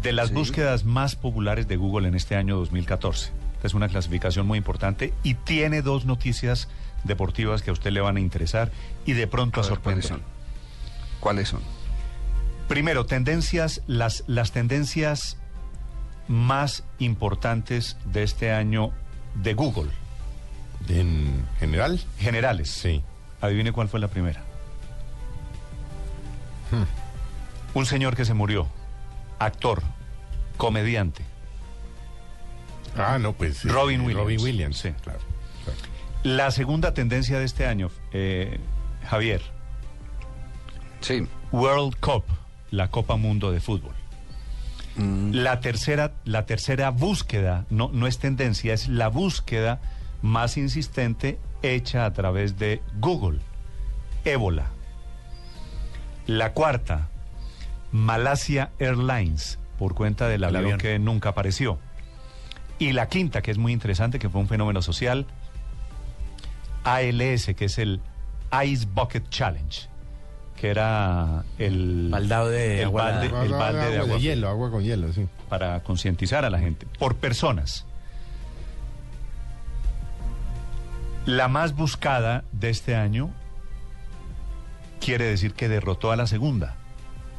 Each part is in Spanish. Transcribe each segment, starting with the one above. de las búsquedas más populares de Google en este año 2014. Esta Es una clasificación muy importante y tiene dos noticias deportivas que a usted le van a interesar y de pronto a, ver, sorprender. ¿cuáles son? ¿Cuáles son? Primero, tendencias, las, las tendencias más importantes de este año de Google, En general, generales. sí. Adivine cuál fue la primera. Un señor que se murió, actor, comediante. Ah, no, pues. eh, Robin Williams. Robin Williams, Sí. claro. claro. La segunda tendencia de este año, eh, Javier, Sí. World Cup, la Copa Mundo de Fútbol. La tercera, la tercera búsqueda, no, no es tendencia, es la búsqueda más insistente hecha a través de Google. Ébola. La cuarta, Malasia Airlines, por cuenta del avión, avión. que nunca apareció. Y la quinta, que es muy interesante, que fue un fenómeno social, ALS, que es el Ice Bucket Challenge, que era el Baldado de el agua balde, helada. el balde de agua fría hielo, agua con hielo, sí. para concientizar a la gente, por personas. La más buscada de este año quiere decir que derrotó a la segunda.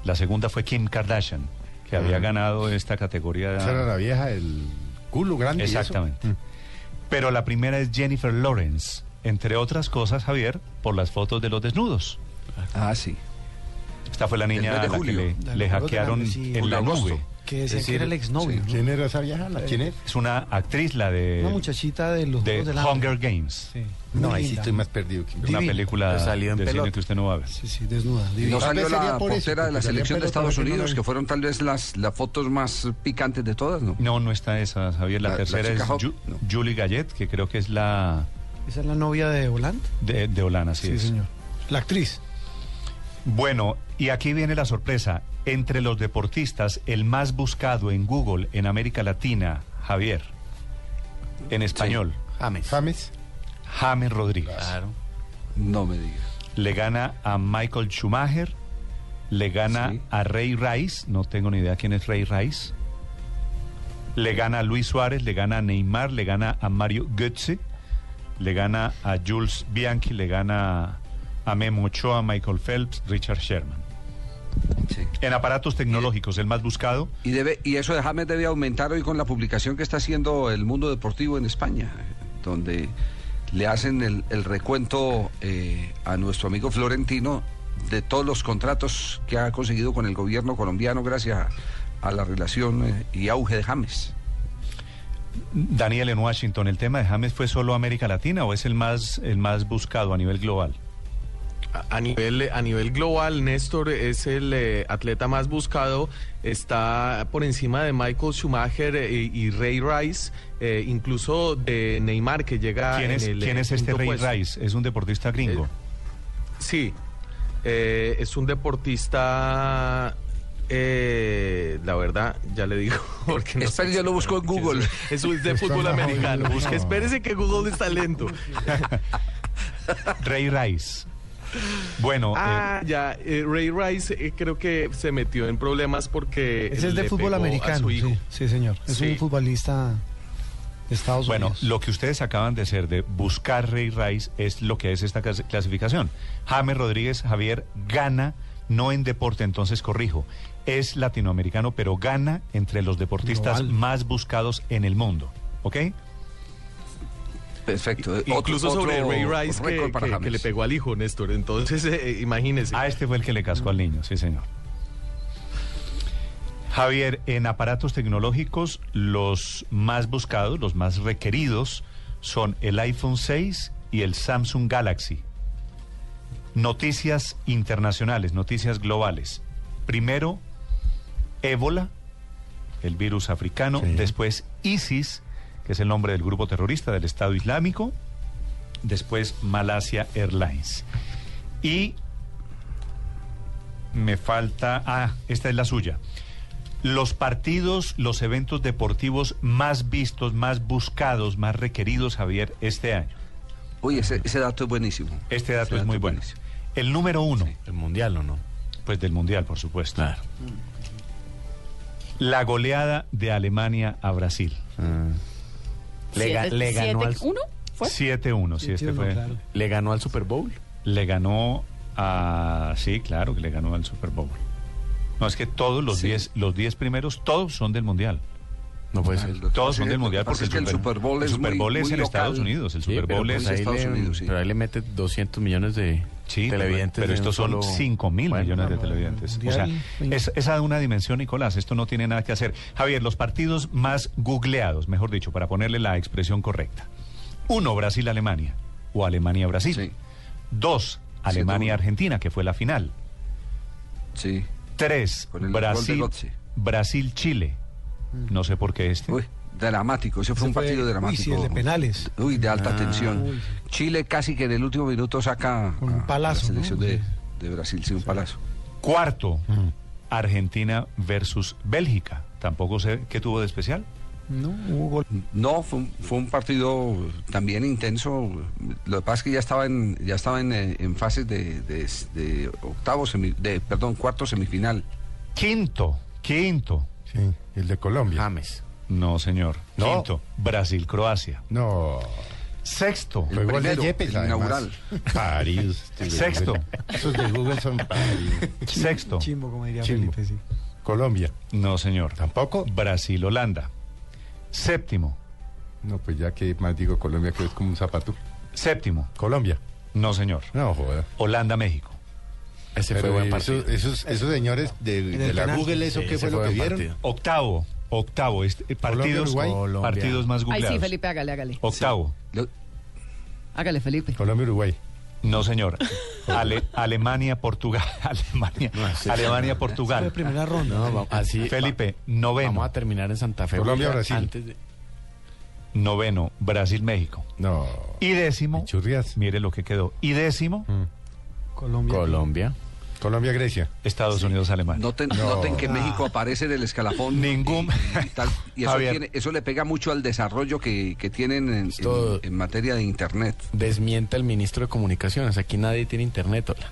La segunda fue Kim Kardashian, que había ganado esta categoría. Esa era la vieja, el culo grande. y eso. Mm. Exactamente. Pero la primera es Jennifer Lawrence, entre otras cosas, Javier, por las fotos de los desnudos. Ah, sí. Esta fue la Del niña mes a de la que julio. le, La le del otro hackearon grande, sí. en la Julio, agosto. nube. Que decían Es que era el decir, exnovio. ¿no? ¿Quién era esa vieja? ¿La quién es? Es una actriz, la de... Una muchachita de los de Juegos del Hambre. Hunger Games. Sí. No, Muy ahí sí linda. estoy más perdido que Una Divina. película Pero salió en de cine pelota. que usted no va a ver. Sí, sí, desnuda. divina. No Tal salió vez sería la por eso, portera de porque la salía selección de pelota, Estados no la Unidos, vi. que fueron tal vez las, las fotos más picantes de todas, ¿no? No, no está esa, Javier. La, La- la tercera chica es Hawk, Ju- no. Julie Gallet, que creo que es la ¿Esa es la novia de Holand? de, de Holanda, así es. La actriz. Bueno, y aquí viene la sorpresa. Entre los deportistas, el más buscado en Google en América Latina, Javier, en español, James. James. James Rodríguez. Claro. No me diga. Le gana a Michael Schumacher, le gana Sí. a Ray Rice, no tengo ni idea quién es Ray Rice. Le gana a Luis Suárez, le gana a Neymar, le gana a Mario Götze, le gana a Jules Bianchi, le gana a Memo Ochoa, Michael Phelps, Richard Sherman. Sí. En aparatos Eh, tecnológicos, el más buscado, Y, debe, y eso de James debe aumentar hoy con la publicación que está haciendo el mundo deportivo en España, eh, donde le hacen el, el recuento eh, a nuestro amigo Florentino de todos los contratos que ha conseguido con el gobierno colombiano gracias a, a la relación eh, y auge de James. Daniel en Washington. ¿El tema de James fue solo América Latina o es el más, el más buscado a nivel global? A- A nivel, a nivel global, Néstor es el eh, atleta más buscado, está por encima de Michael Schumacher eh, y Ray Rice, eh, incluso de Neymar que llega ¿Quién en es, el, quién eh, es este quinto Ray puesto. Rice? ¿Es un deportista gringo? Eh, Sí, eh, es un deportista, eh, la verdad, ya le digo. Porque no sé Espere, yo lo busco en Google. exactamente quién Es, es de Está fútbol la vaina, americano, no. busque, espérese que Google está lento. Ray Rice. Bueno, Ah, eh, ya, eh, Ray Rice eh, creo que se metió en problemas porque... Ese es de le fútbol pegó a americano. su hijo. Sí, sí, señor. Es Sí. un futbolista de Estados bueno, Unidos. lo que ustedes acaban de hacer de buscar Ray Rice es lo que es esta clas- clasificación. James Rodríguez Javier gana, no en deporte, entonces corrijo, es latinoamericano, pero gana entre los deportistas Global. más buscados en el mundo. ¿Ok? Perfecto. Incluso Otro- sobre otro Ray Rice que, récord para que- que James. le pegó al hijo, Néstor. Entonces, eh, imagínese. Ah, este fue el que le cascó al niño, sí, señor. Javier, en aparatos tecnológicos, los más buscados, los más requeridos, son el iPhone 6 y el Samsung Galaxy. Noticias internacionales, noticias globales. Primero, ébola, el virus africano. Sí. Después, ISIS, que es el nombre del grupo terrorista del Estado Islámico. Después, Malasia Airlines. Y me falta... Ah, esta es la suya. Los partidos, los eventos deportivos más vistos, más buscados, más requeridos, Javier, este año. Oye, ese, ese dato es buenísimo. Este Ese dato es muy bueno. buenísimo. El número uno, El mundial o no. pues del Mundial, por supuesto. Claro. La goleada de Alemania a Brasil. Le, ga- le ganó al- ¿Uno? ¿Fue? 7-1, sí, este fue. claro. Le ganó al Super Bowl. Le ganó a... Sí, claro, que le ganó al Super Bowl. No, es que todos los Sí. 10 los 10 primeros, todos son del Mundial. No puede ser. Claro, lo que Pues, Todos pasa son es- del Mundial lo que porque pasa es que el Super Bowl el es Super muy- Bowl es muy en local. Estados Unidos, el Sí, Super pero Bowl pues es... ahí le, Estados Unidos, sí. Pero ahí le mete 200 millones de Sí, pero- televidentes. pero en estos un son solo- 5 mil Bueno, millones de no, no, televidentes. no, o sea, mundial, es- venga. esa es una dimensión, Nicolás. Esto no tiene nada que hacer. Javier, los partidos más googleados, mejor dicho, para ponerle la expresión correcta. Uno, Brasil-Alemania o Alemania-Brasil. Sí. Dos, Alemania-Argentina, que fue la final. Sí. Tres, Con el gol de Brasil- Götze. Brasil-Chile. Mm. No sé por qué este. Uy, dramático. Ese fue Ese un fue- partido uy, dramático. sí, el de penales. Uy, de Ah, alta tensión. Uy. Chile casi que en el último minuto saca Con un a- a palazo, la selección ¿no? de, Sí. de Brasil, sí, un palazo. Cuarto, Mm. Argentina versus Bélgica. Tampoco sé qué tuvo de especial. No, hubo gol. No, fue un, fue un partido también intenso. Lo que pasa es que ya estaba en, ya estaba en, eh, en fases de, de, de octavo semi- de perdón, cuarto semifinal. Quinto, quinto. Sí, el de Colombia. James. No, señor. No. Quinto, Brasil-Croacia. No. Sexto, Fue gol de primero, Yepes, el además. inaugural. París. este de Sexto. Google. Esos de Google son París. sexto. Chimbo, como diría Chimbo. Felipe, sí. Colombia. No, señor. ¿Tampoco? Brasil-Holanda. Séptimo, No, pues ya que más digo Colombia, que es como un zapato. séptimo. Colombia. No, señor. No, joder. Holanda-México. Ese Pero fue buen eso- partido. esos, esos señores de, de el la penal. Google, ¿eso Sí, qué ese fue lo fue que buen vieron? partido. Octavo, octavo. este, eh, partidos, Uruguay. Colombia. partidos más Ay, googleados. sí, Felipe, hágale, hágale. Octavo. Lo- Hágale, Felipe. Colombia-Uruguay. No, señor. Ale- Alemania-Portugal. Alemania, No, sí, sí. Fue de Alemania-Portugal. primera ronda. No, va- así. Felipe, va- noveno. Vamos a terminar en Santa Fe. Colombia, porque Brasil. Antes de- Noveno, Brasil-México. No. Y décimo, Churrias. mire lo que quedó. Y décimo, Mm. Colombia. Colombia. Colombia-Grecia. Estados Unidos-Alemania. Noten, No. noten que México aparece en el escalafón. Ningún- Y, y tal, y eso, Javier. tiene- eso le pega mucho al desarrollo que, que tienen en, en- Esto- en materia de Internet. Desmienta el ministro de Comunicaciones. Aquí nadie tiene internet. hola.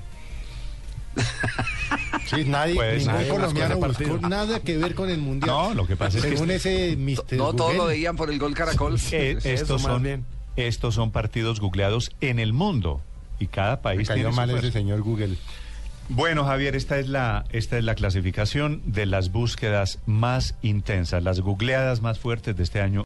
Sí, nadie, Pues, ningún nadie más colombiano con ese buscó partido. nada que ver con el mundial. No, lo que pasa es que este Según ese Mr. No todos Google, lo veían por el gol Caracol. Eh, Eso estos, más son, bien. estos son partidos googleados en el mundo y cada me país cayó tiene su mal fuerza. ese señor Google. Bueno, Javier, esta es la esta es la clasificación de las búsquedas más intensas, las googleadas más fuertes de este año